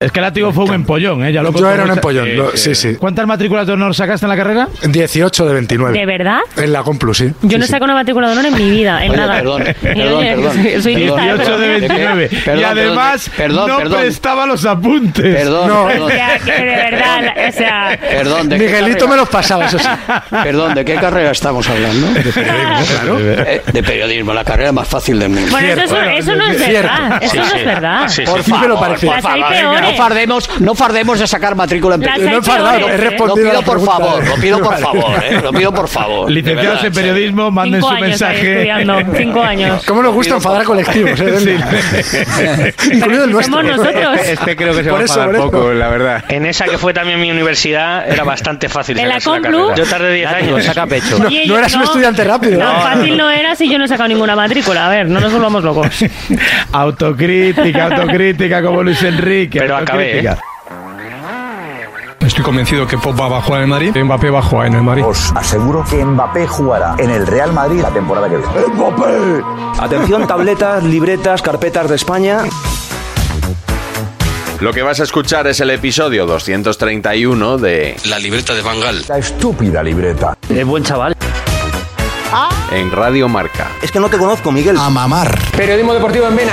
Es que el tío fue un empollón, ¿eh? Ya lo Yo contó era un mucha- empollón, Eh, lo- que- sí, sí. ¿Cuántas matrículas de honor sacaste en la carrera? 18 de 29. ¿De verdad? En la Complu, sí. Yo Sí, no sí. saco una matrícula de honor en mi vida, en Oye, nada. Perdón, Yo- perdón, yo- perdón. Soy lista, ¿eh? 18 de Perdón. 29. Perdón, y además perdón, no perdón. prestaba los apuntes. Perdón, No. O perdón. sea, que de verdad, la- o sea... Perdón, ¿de qué Miguelito me carrera- los pasaba, eso sí. Perdón, ¿de qué carrera estamos hablando? Eh, De periodismo, la carrera más fácil del mundo. Bueno, eso, es- eso no es Cierto. verdad, eso Sí, no sí. es verdad. Sí, sí, Por sí, fin me lo favor, parece. por Las hay favor. peores. no fardemos, no fardemos de sacar matrícula en Las periodismo. hay No he fardado, he peores, ¿eh? Lo respondido a pido la por pregunta. favor, lo pido por Vale. favor, eh, lo pido por favor. de Licenciados verdad, en sí. periodismo, manden Cinco su años ahí mensaje. estudiando, cinco años. ¿Cómo nos gusta enfadar a colectivos? eh? Incluido el si nuestro. somos nosotros. Este creo que se Por va a eso, enfadar por eso. poco, la verdad. En esa que fue también mi universidad era bastante fácil. ¿En la sacarse Complu? carrera. Yo tardé 10 Dátelo, años. saca pecho. Oye, no yo- eras un estudiante rápido. Tan No, fácil no era si yo no he sacado ninguna matrícula. A ver, no nos volvamos locos. autocrítica, autocrítica, como Luis Enrique. Pero acabé, ¿eh? autocrítica. Estoy convencido que Pogba va a jugar en el Madrid. Mbappé va a jugar en el Madrid. Os aseguro que Mbappé jugará en el Real Madrid la temporada que viene. ¡Mbappé! Atención, tabletas, libretas, carpetas de España. Lo que vas a escuchar es el episodio 231 de La libreta de Bangal. La estúpida libreta. Es buen chaval. En Radio Marca. Es que no te conozco, Miguel. A mamar. Periodismo deportivo en Vena.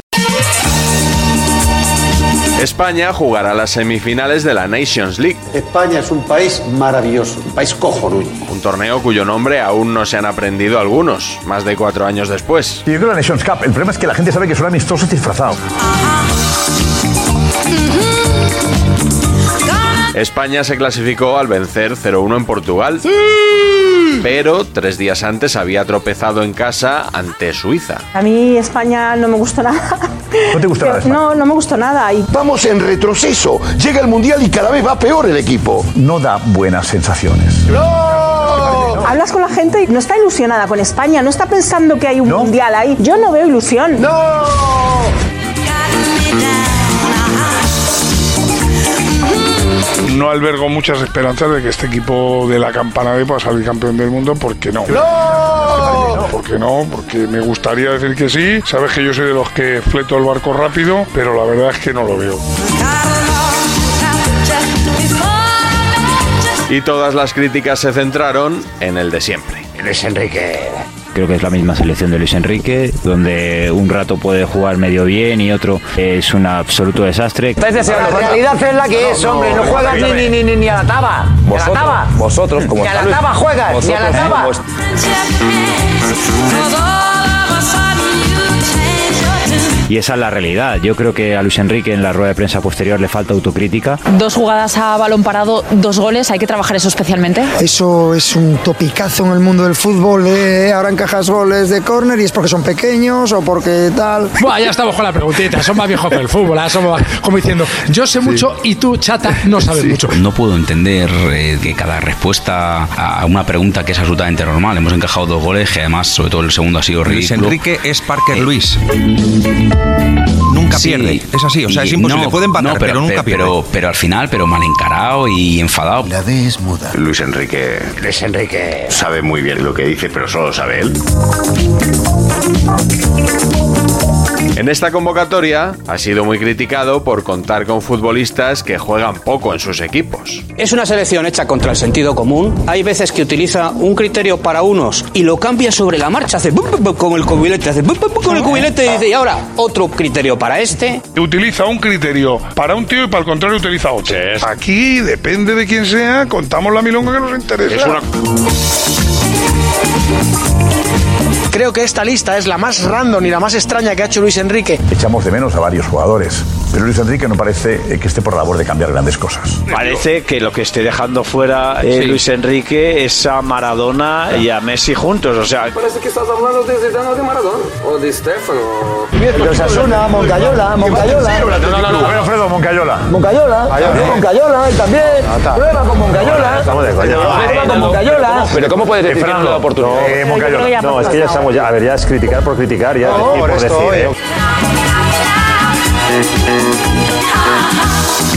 España jugará las semifinales de la Nations League, España es un país maravilloso, un país cojonudo. un torneo cuyo nombre aún no se han aprendido algunos, más de cuatro años después. Y de la Nations Cup, el problema es que la gente sabe que son amistosos disfrazados. España se clasificó al vencer 0-1 en Portugal, pero tres días antes había tropezado en casa ante Suiza. A mí España no me gustó nada. ¿No te gusta nada España? No, no me gustó nada. Y Vamos en retroceso, llega el Mundial y cada vez va peor el equipo. No da buenas sensaciones. hablas con la gente y no está ilusionada con España, no está pensando que hay un ¿No? mundial ahí. Yo no veo ilusión. No albergo muchas esperanzas de que este equipo de la campanada pueda salir campeón del mundo, porque no. Porque no, porque me gustaría decir que sí. Sabes que yo soy de los que fleto el barco rápido, pero la verdad es que no lo veo. Y todas las críticas se centraron en el de siempre. Luis Enrique. Creo que es la misma selección de Luis Enrique, donde un rato puede jugar medio bien y otro es un absoluto desastre. La realidad es la que es, hombre. No juegas ni, ni, ni, ni a la taba. Vosotros, vosotros como a la tal- taba juegas, ni a la vosotros taba. como est- Y esa es la realidad. Yo creo que a Luis Enrique en la rueda de prensa posterior le falta autocrítica. Dos jugadas a balón parado, dos goles, hay que trabajar eso especialmente. Eso es un topicazo en el mundo del fútbol. De ahora encajas goles de córner y es porque son pequeños o porque tal. Buah, ya estamos con la preguntita. Son más viejos que el fútbol. ah, Somos más- como diciendo, yo sé mucho y tú, chata, no sabes mucho. No puedo entender eh, que cada respuesta a una pregunta que es absolutamente normal. Hemos encajado dos goles, que además, sobre todo el segundo ha sido ridículo. es Parker Luis. nunca Eh, Sí. pierde. Es así, o sea, Y- es imposible. no, Puede empatar, no, pero, nunca pierde. Pero, pero al final, pero mal encarado y enfadado. La D es muda. Luis Enrique. Luis Enrique. Sabe muy bien lo que dice, pero solo sabe él. En esta convocatoria ha sido muy criticado por contar con futbolistas que juegan poco en sus equipos. Es una selección hecha contra el sentido común. Hay veces que utiliza un criterio para unos y lo cambia sobre la marcha. Hace bum, bum, bum con el cubilete, hace bum, bum, bum con el cubilete y dice, y ahora otro criterio para este. Utiliza un criterio para un tío y para el contrario utiliza otro. Aquí, depende de quién sea, contamos la milonga que nos interesa. Creo que esta lista es la más random y la más extraña que ha hecho Luis Enrique. Echamos de menos a varios jugadores, pero Luis Enrique no parece eh, que esté por la labor de cambiar grandes cosas. Parece que lo que esté dejando fuera eh, Sí. Luis Enrique es a Maradona y a Messi juntos. O sea, Parece que estás hablando de Zidane o de Maradona. O de Stefano. Osasuna, Moncayola, Moncayola. Alfredo Moncayola. Moncayola, también Moncayola, él también. Prueba con Moncayola. Estamos de coña. Prueba con Ah, Moncayola. Eh, Fernando, eh, Moncayola. Yo creo que ya No, hemos es que ya pasado. estamos ya. A ver, ya es criticar por criticar, ya es No, decir por por esto, decir. oye. eh. eh.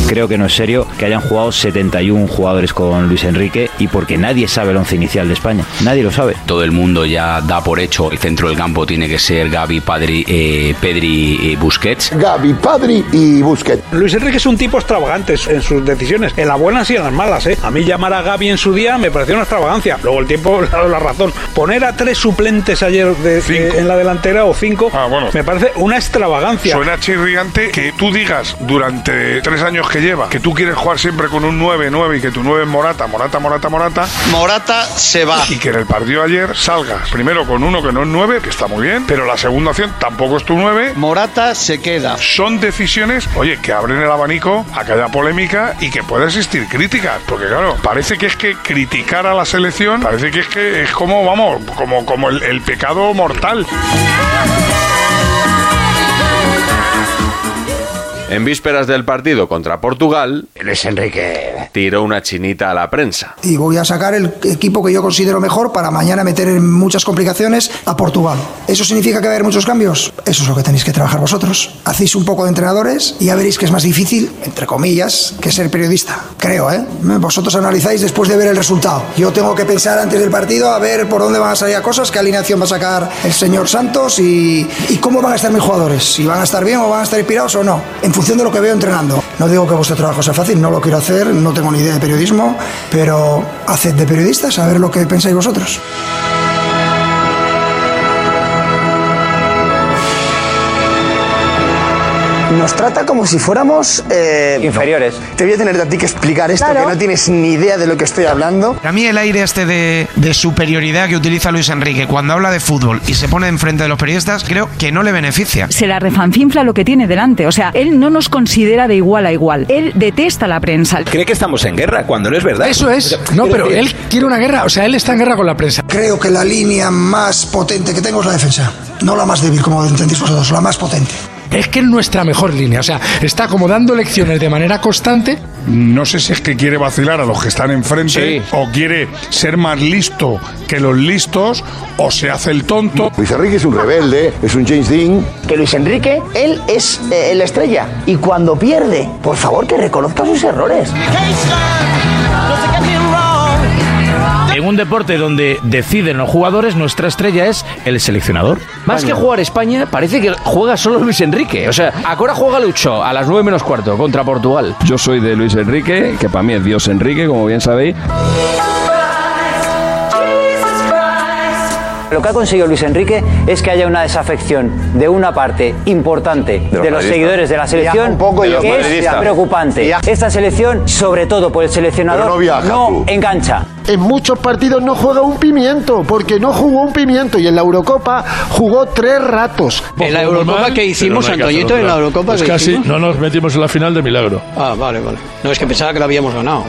Creo que no es serio que hayan jugado 71 jugadores con Luis Enrique y porque nadie sabe el once inicial de España. Nadie lo sabe. Todo el mundo ya da por hecho el centro del campo tiene que ser Gaby, Padri, eh, Pedri, eh, Busquets. Gaby, Padri y Busquets. Luis Enrique es un tipo extravagante en sus decisiones, en las buenas y en las malas. ¿eh? A mí llamar a Gaby en su día me pareció una extravagancia. Luego el tiempo le ha dado la razón. Poner a tres suplentes ayer de- de- en la delantera o cinco me parece una extravagancia. Suena chirriante que tú digas durante tres años que lleva que tú quieres jugar siempre con un 9-9 y que tu 9 es Morata, Morata, Morata, Morata. Morata se va. Y que en el partido ayer salgas primero con uno que no es 9, que está muy bien, pero la segunda acción tampoco es tu 9. Morata se queda. Son decisiones, oye, que abren el abanico a que haya polémica y que pueda existir críticas, porque claro, parece que es que criticar a la selección, parece que es que es como, vamos, como, como el- el pecado mortal. En vísperas del partido contra Portugal, Luis Enrique tiró una chinita a la prensa. Y voy a sacar el equipo que yo considero mejor para mañana meter en muchas complicaciones a Portugal. ¿Eso significa que va a haber muchos cambios? Eso es lo que tenéis que trabajar vosotros. Hacéis un poco de entrenadores y ya veréis que es más difícil, entre comillas, que ser periodista. Creo, ¿eh? Vosotros analizáis después de ver el resultado. Yo tengo que pensar antes del partido a ver por dónde van a salir las cosas, qué alineación va a sacar el señor Santos y, y cómo van a estar mis jugadores. Si van a estar bien o van a estar inspirados o no. En función de lo que veo entrenando. No digo que vuestro trabajo sea fácil, no lo quiero hacer, no tengo ni idea de periodismo, pero haced de periodistas a ver lo que pensáis vosotros. Nos trata como si fuéramos inferiores. Te voy a tener a ti que explicar esto, que no tienes ni idea de lo que estoy hablando. A mí el aire este de, de superioridad que utiliza Luis Enrique cuando habla de fútbol y se pone enfrente de los periodistas, creo que no le beneficia. se la refanfinfla lo que tiene delante. O sea, él no nos considera de igual a igual. Él detesta la prensa. Cree que estamos en guerra cuando no es verdad. Eso es. No, pero él quiere una guerra. O sea, él está en guerra con la prensa. Creo que la línea más potente que tengo es la defensa. No la más débil, como entendéis vosotros, la más potente. Es que es nuestra mejor línea. O sea, está como dando lecciones de manera constante. No sé si es que quiere vacilar a los que están enfrente o quiere ser más listo que los listos o se hace el tonto. Luis Enrique es un rebelde, es un James Dean. Que Luis Enrique, él es eh, la estrella. Y cuando pierde, por favor que reconozca sus errores. En un deporte donde deciden los jugadores, nuestra estrella es el seleccionador. Más que jugar España, parece que juega solo Luis Enrique. O sea, ahora juega Lucho a las 9 menos cuarto contra Portugal. Yo soy de Luis Enrique, que para mí es Dios Enrique, como bien sabéis. Lo que ha conseguido Luis Enrique es que haya una desafección de una parte importante de los los, madridistas. seguidores de la selección Ya, un poco, que ya. De los es madridistas. preocupante. Ya. Esta selección, sobre todo por el seleccionador, Pero no viaja, tú. engancha. En muchos partidos no juega un pimiento, porque no jugó un pimiento. Y en la Eurocopa jugó tres ratos. En la Eurocopa que hicimos, Antoñito, en la Eurocopa Es que casi hicimos. no nos metimos en la final de milagro. Ah, vale, vale. No, es que pensaba que lo habíamos ganado.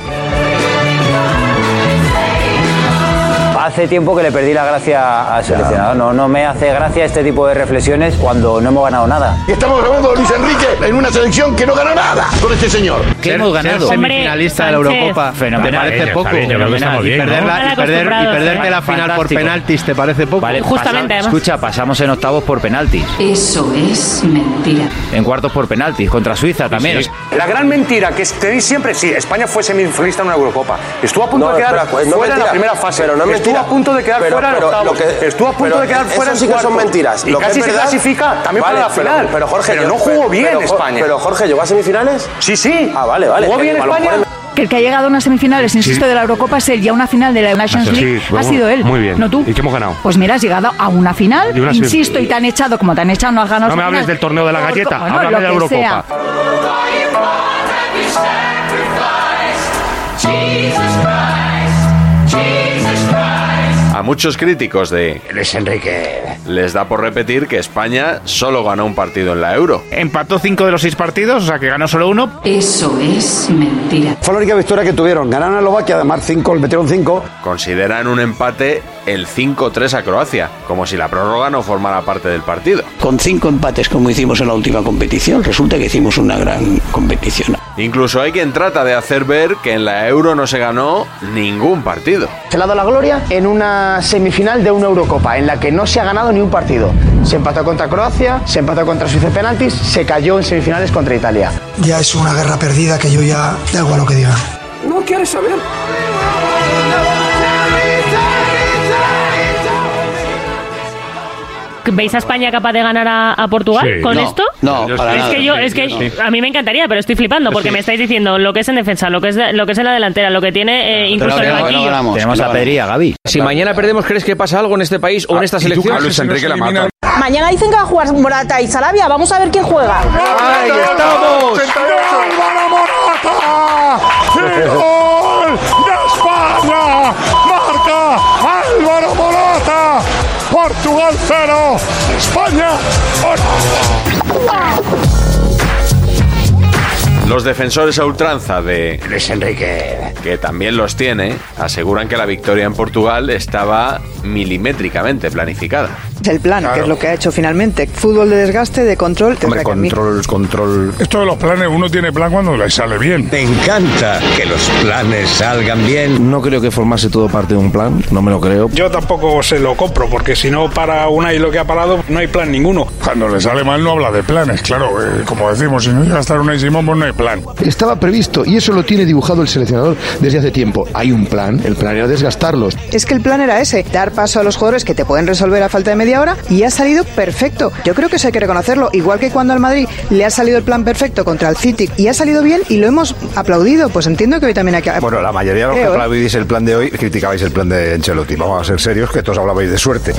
Hace tiempo que le perdí la gracia a seleccionador. No, no me hace gracia este tipo de reflexiones cuando no hemos ganado nada. Y estamos grabando a Luis Enrique en una selección que no gana nada con este señor. ¿Qué hemos ganado? semifinalista de la Sánchez. Eurocopa. Fenomenal. ¿Te parece Ellos, poco? Javier, yo creo que estamos Y bien, ¿no? perder la- y perder- Mal y acostumbrados, perderte ¿eh? la final por Fantástico. penaltis, ¿te parece poco? Justamente, además. Escucha, pasamos en octavos por penaltis. Eso es mentira. En cuartos por penaltis, contra Suiza también. La gran mentira que tenéis siempre, sí, España fue semifinalista en una Eurocopa. Estuvo a punto No, de quedar espera, pues, fuera no en la mentira, primera fase. pero no Estuvo mentira. a punto de quedar Pero- fuera en pero octavos. lo que- Estuvo a punto pero de quedar eso fuera en sí que son cuartos. mentiras. Y Lo que casi es se verdad- clasifica también Vale, para la pero- final. pero, Jorge, yo- no jugó pero- bien pero- España. pero, Jorge, ¿llegó a semifinales? Sí, sí. Ah, vale, vale. ¿Jugó bien A lo mejor España? en- Que el que ha llegado a unas semifinales, insisto, Sí. Ah, de la Eurocopa es él y a una final de la Nations Sí, League ha bueno, sido él. Muy bien. No tú. ¿Y qué hemos ganado? Pues mira, has llegado a una final, Y una semi- insisto, y te han echado como te han echado, no has ganado. No esa me hables final. del torneo de la Por- galleta, bueno, háblame lo de la que Eurocopa. sea. A muchos críticos de Luis Enrique les da por repetir que España solo ganó un partido en la Euro. Empató cinco de los seis partidos, o sea que ganó solo uno. Eso es mentira. Fue la única victoria que tuvieron. Ganaron a Eslovaquia, además 5, le metieron 5. Consideran un empate el 5-3 a Croacia, como si la prórroga no formara parte del partido. Con cinco empates como hicimos en la última competición, resulta que hicimos una gran competición. Incluso hay quien trata de hacer ver que en la Euro no se ganó ningún partido. Se le ha dado la gloria en una semifinal de una Eurocopa, en la que no se ha ganado ni un partido. Se empató contra Croacia, se empató contra Suiza en penaltis, se cayó en semifinales contra Italia. Ya es una guerra perdida que yo ya da igual lo que diga. No quieres saber. ¿Veis a España capaz de ganar a, a Portugal Sí. con No, esto? no, Yo para sí. es nada. que yo, Sí, es que sí. a mí me encantaría, pero estoy flipando Yo porque sí. me estáis diciendo lo que es en defensa, lo que es, de- lo que es en la delantera, lo que tiene eh, incluso el banquillo. Tenemos a Pedría, Gaby. Si mañana perdemos, ¿crees que pasa algo en este país o en esta selección? crees A Luis que si Enrique nos la eliminan- Mañana dicen que va a jugar Morata y Sarabia. Vamos a ver quién juega. ¡Ahí estamos! ¡Gol de España! ¡Marca Álvaro Morata! Portugal 0, España 8. Los defensores a ultranza de Luis Enrique, que también los tiene, aseguran que la victoria en Portugal estaba milimétricamente planificada. El plan, que es lo que ha hecho finalmente. Fútbol de desgaste, de control. tendrá que admitir. control. Esto de los planes, uno tiene plan cuando le sale bien. Te encanta que los planes salgan bien. No creo que formase todo parte de un plan, no me lo creo. Yo tampoco se lo compro, porque si no para una y lo que ha parado, no hay plan ninguno. Cuando le sale mal no habla de planes, claro. eh, como decimos, si no llega a estar una y Simón, pues no hay plan. Estaba previsto y eso lo tiene dibujado el seleccionador desde hace tiempo. Hay un plan, el plan era desgastarlos. Es que el plan era ese, dar paso a los jugadores que te pueden resolver a falta de media hora y ha salido perfecto. Yo creo que eso hay que reconocerlo. Igual que cuando al Madrid le ha salido el plan perfecto contra el City y ha salido bien y lo hemos aplaudido, pues entiendo que hoy también hay que... Bueno, la mayoría de los que Creo, ¿eh? aplaudís el plan de hoy criticabais el plan de Ancelotti. Vamos a ser serios, que todos hablabais de suerte.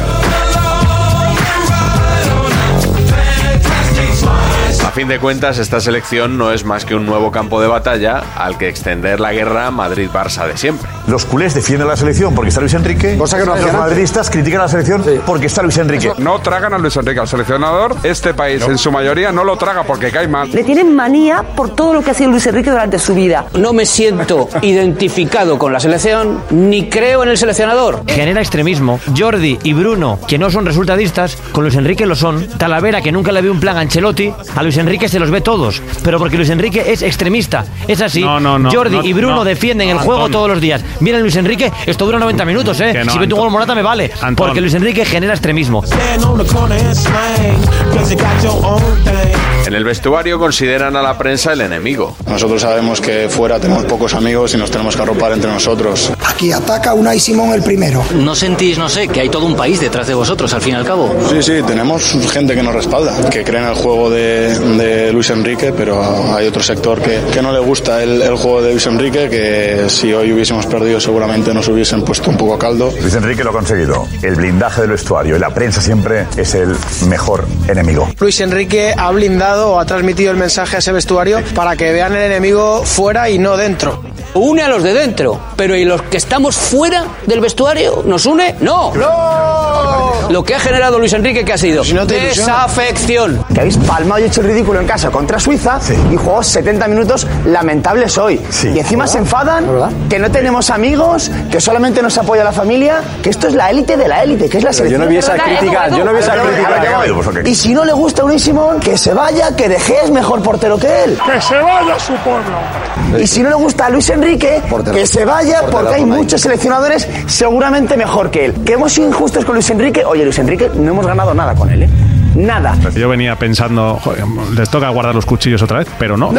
A fin de cuentas, esta selección no es más que un nuevo campo de batalla al que extender la guerra Madrid-Barça de siempre. Los culés defienden a la selección porque está Luis Enrique. Cosa que no Los hacían antes. madridistas critican a la selección porque está Luis Enrique. No tragan a Luis Enrique, al seleccionador. Este país, en su mayoría, no lo traga porque cae mal. Le tienen manía por todo lo que ha sido Luis Enrique durante su vida. No me siento identificado con la selección ni creo en el seleccionador. Genera extremismo. Jordi y Bruno, que no son resultadistas, con Luis Enrique lo son. Talavera, que nunca le vio un plan a Ancelotti, a Luis Enrique se los ve todos. Pero porque Luis Enrique es extremista. Es así. No, no, no, Jordi no, y Bruno no. defienden el Antón. juego todos los días. Miren Luis Enrique, esto dura 90 minutos, ¿eh? Que no, si ve tu Antón. gol Morata me vale. Antón. Porque Luis Enrique genera extremismo. En el vestuario consideran a la prensa el enemigo. Nosotros sabemos que fuera tenemos pocos amigos y nos tenemos que arropar entre nosotros. Aquí ataca Unai Simón el primero. No sentís, no sé, que hay todo un país detrás de vosotros, al fin y al cabo. Sí, sí, tenemos gente que nos respalda, que cree en el juego de, de Luis Enrique, pero hay otro sector que, que no le gusta el, el juego de Luis Enrique, que si hoy hubiésemos perdido seguramente nos hubiesen puesto un poco a caldo. Luis Enrique lo ha conseguido. El blindaje del vestuario y la prensa siempre es el mejor enemigo. Luis Enrique ha blindado o ha transmitido el mensaje a ese vestuario para que vean el enemigo fuera y no dentro. Une a los de dentro, pero ¿y los que estamos fuera del vestuario nos une? No. Lo que ha generado Luis Enrique, que ha sido desafección. Que habéis palmado y hecho el ridículo en casa contra Suiza y jugó 70 minutos lamentables hoy. Y encima se enfadan que no tenemos amigos, que solamente nos apoya la familia, que esto es la élite de la élite, que es la Pero yo selección. no vi esa Pero, claro, crítica, Edu, yo no vi esa Edu, crítica. Edu, Edu, Venga, Edu, pues, ok. Y si no le gusta a un Simón, que se vaya, que De Gea es mejor portero que él. Que se vaya su pueblo. Y si no le gusta a Luis Enrique, Portero. que se vaya Portero, porque hay Unai. muchos seleccionadores seguramente mejor que él. Que hemos sido injustos con Luis Enrique. Oye, Luis Enrique, no hemos ganado nada con él, ¿eh? Nada. Yo venía pensando, "Joder, les toca guardar los cuchillos otra vez, pero no.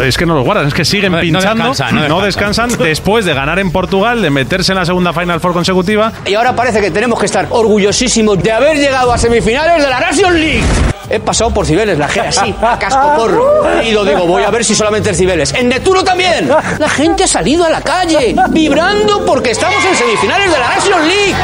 Es que no los guardan, es que siguen No de- no pinchando, descansan, no descansan. después de ganar en Portugal, de meterse en la segunda Final Four consecutiva. Y ahora parece que tenemos que estar orgullosísimos de haber llegado a semifinales de la Nations League. He pasado por Cibeles, la gente así, a casco porro. Y lo digo, voy a ver si solamente es Cibeles. En Neptuno también. La gente ha salido a la calle, vibrando porque estamos en semifinales de la Nations League.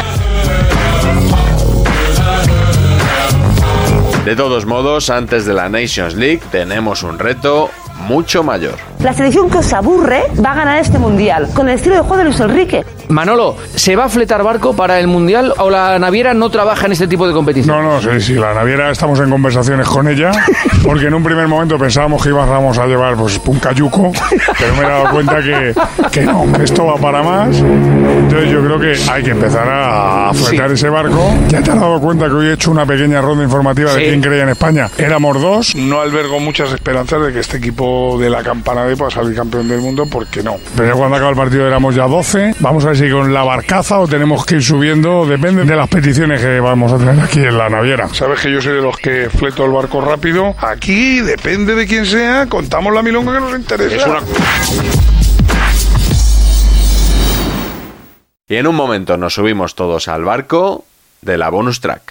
De todos modos, antes de la Nations League tenemos un reto mucho mayor. La selección que os aburre va a ganar este mundial con el estilo de juego de Luis Enrique. Manolo, ¿se va a fletar barco para el Mundial o la naviera no trabaja en este tipo de competición? No, sí, sí, la naviera estamos en conversaciones con ella, porque en un primer momento pensábamos que íbamos a llevar pues un cayuco, pero me he dado cuenta que, que no, que esto va para más. Entonces yo creo que hay que empezar a afletar ese barco. Ya te has dado cuenta que hoy he hecho una pequeña ronda informativa de Sí. quién creía en España. Éramos dos. No albergo muchas esperanzas de que este equipo de la campana de pueda salir campeón del mundo, porque no. Pero ya cuando acaba el partido éramos ya 12. Vamos a ver si con la barcaza o tenemos que ir subiendo. Depende de las peticiones que vamos a tener aquí en la naviera. Sabes que yo soy de los que fleto el barco rápido. Aquí, depende de quién sea, contamos la milonga que nos interesa. Y en un momento nos subimos todos al barco de la bonus track.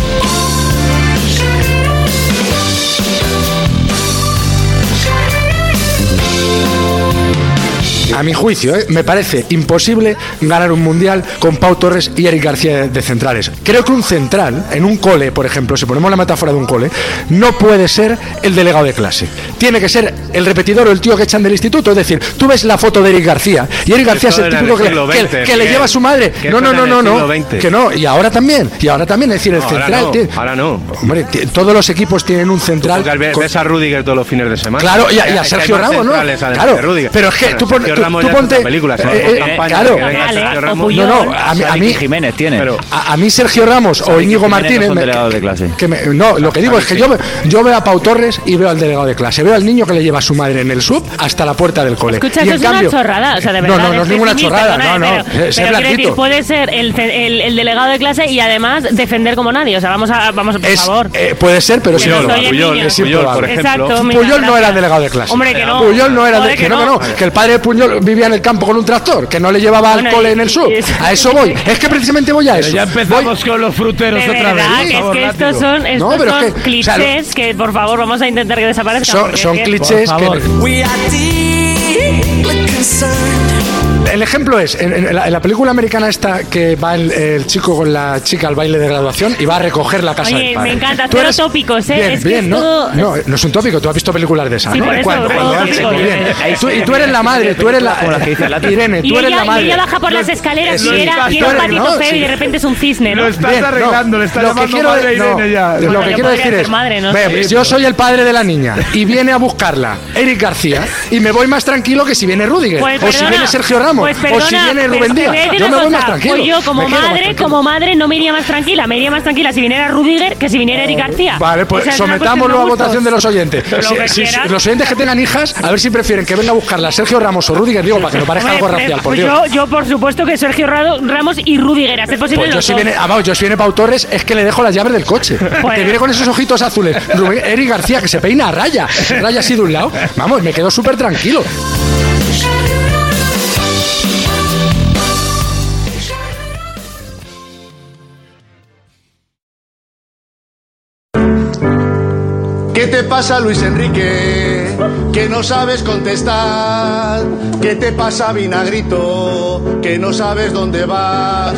A mi juicio, ¿eh? me parece imposible ganar un mundial con Pau Torres y Eric García de- de centrales. Creo que un central, en un cole, por ejemplo, si ponemos la metáfora de un cole, no puede ser el delegado de clase. Tiene que ser el repetidor o el tío que echan del instituto. Es decir, tú ves la foto de Eric García y Eric García es Esto el era típico que, del siglo que- XX, que le Miguel. lleva a su madre. Que No, esto no, era no, no, del no. siglo XX. Que no, y ahora también. Y ahora también, es decir, el No, ahora central. no, tiene- ahora no. Hombre, ti- todos los equipos tienen un central. Porque ves- con- ves a Rudiger todos los fines de semana. Claro, y a, y a Es que hay Sergio más Ramos, ¿no? centrales además Claro, de Rudiger. pero es que Bueno, tú, pon- Sergio tú- Ramos tú ya ponte. hace películas, ¿no? eh, eh, Campaña, claro, que venga Sergio Ramos. no, no, a mí, a mí- Jiménez tiene. pero a, a mí Sergio Ramos o Santi Íñigo Jiménez no Martínez. son me- delegados de clase. que me- no, lo que digo es que yo, ve- yo veo a Pau Torres y veo al delegado de clase. Veo al niño que le lleva a su madre en el sub hasta la puerta del cole. Escucha, y eso en es cambio, una chorrada, o sea, de verdad. No, no, no es ninguna pesimista, chorrada, no, eh, perdóname, no. Pero, sé- sé pero quiero blanquito. decir, puede ser el, ce- el- el delegado de clase y además defender como nadie. O sea, vamos a, vamos, por favor. Eh, puede ser, pero Que sí no lo soy el Puyol, niño. es Puyol, improbable. por ejemplo. Exacto, mira, Puyol no gracias. era delegado de clase. Hombre, que no. Puyol no era Joder, de, que que no, que no. no, que el padre de Puyol vivía en el campo con un tractor, que no le llevaba Bueno, al cole y- en el sur. A eso voy. Es que precisamente voy a eso. ya empezamos con los fruteros De verdad, que es que estos son, estos No, pero son es que, o sea, clichés que, por favor, vamos a intentar que desaparezcan. Son- porque son es clichés Por que- favor. We are deeply concerned. El ejemplo es, en, en la, en la película americana esta que va el, el chico con la chica al baile de graduación y va a recoger la casa Oye, del me padre. encanta, Tú cero tópicos, ¿eh? Bien, Es que bien, ¿no? esto- No, no es un tópico, tú has visto películas de esas, Sí, ¿no? por eso, Cuando- todo cuando- tópico, muy bien. bien. Y tú, y tú eres la madre, tú eres la... Como la que dice Lati. Irene, tú Y eres ella, la madre. y ella baja por las escaleras Lo y era, estás- y era un tú eres- patito no, feo sí. y de repente es un cisne, ¿no? Bien, no, lo que quiero- no, Bueno, Lo que yo quiero podría decir ser es, madre, ¿no? ve, Sí, yo soy el padre de la niña y viene a buscarla Eric García y me voy más tranquilo que si viene Rudiger Pues, o si perdona, viene Sergio Ramos. Ramos Pues o si perdona, viene Rubén pero te voy a Díaz. decir Yo me una voy cosa, más tranquilo. Pues yo me como quedo más madre, tranquilo. como madre no me iría más tranquila, me iría más tranquila si viniera Rudiger que si viniera Eric García. Vale, pues O sea, es una sometámoslo a cuestión de votación de gustos. los oyentes. Lo Si- que si- si- quieras. los oyentes que tengan hijas, a ver si prefieren que venga a buscarla Sergio Ramos o Rudiger, digo, para que no parezca algo Hombre, racial, por pues Dios. yo, yo por supuesto que Sergio Ra- Ramos y Rudiger, a ser posible Pues yo los si dos. Pues viene, ah, vamos, yo si viene Pau Torres es que le dejo las llaves del coche. Que viene con esos ojitos azules. Rubén- Eric García que se peina a raya, se raya así de un lado. Vamos, me quedo súper tranquilo. ¿Qué te pasa, Luis Enrique? Que no sabes contestar. ¿Qué te pasa, Vinagrito? Que no sabes dónde vas.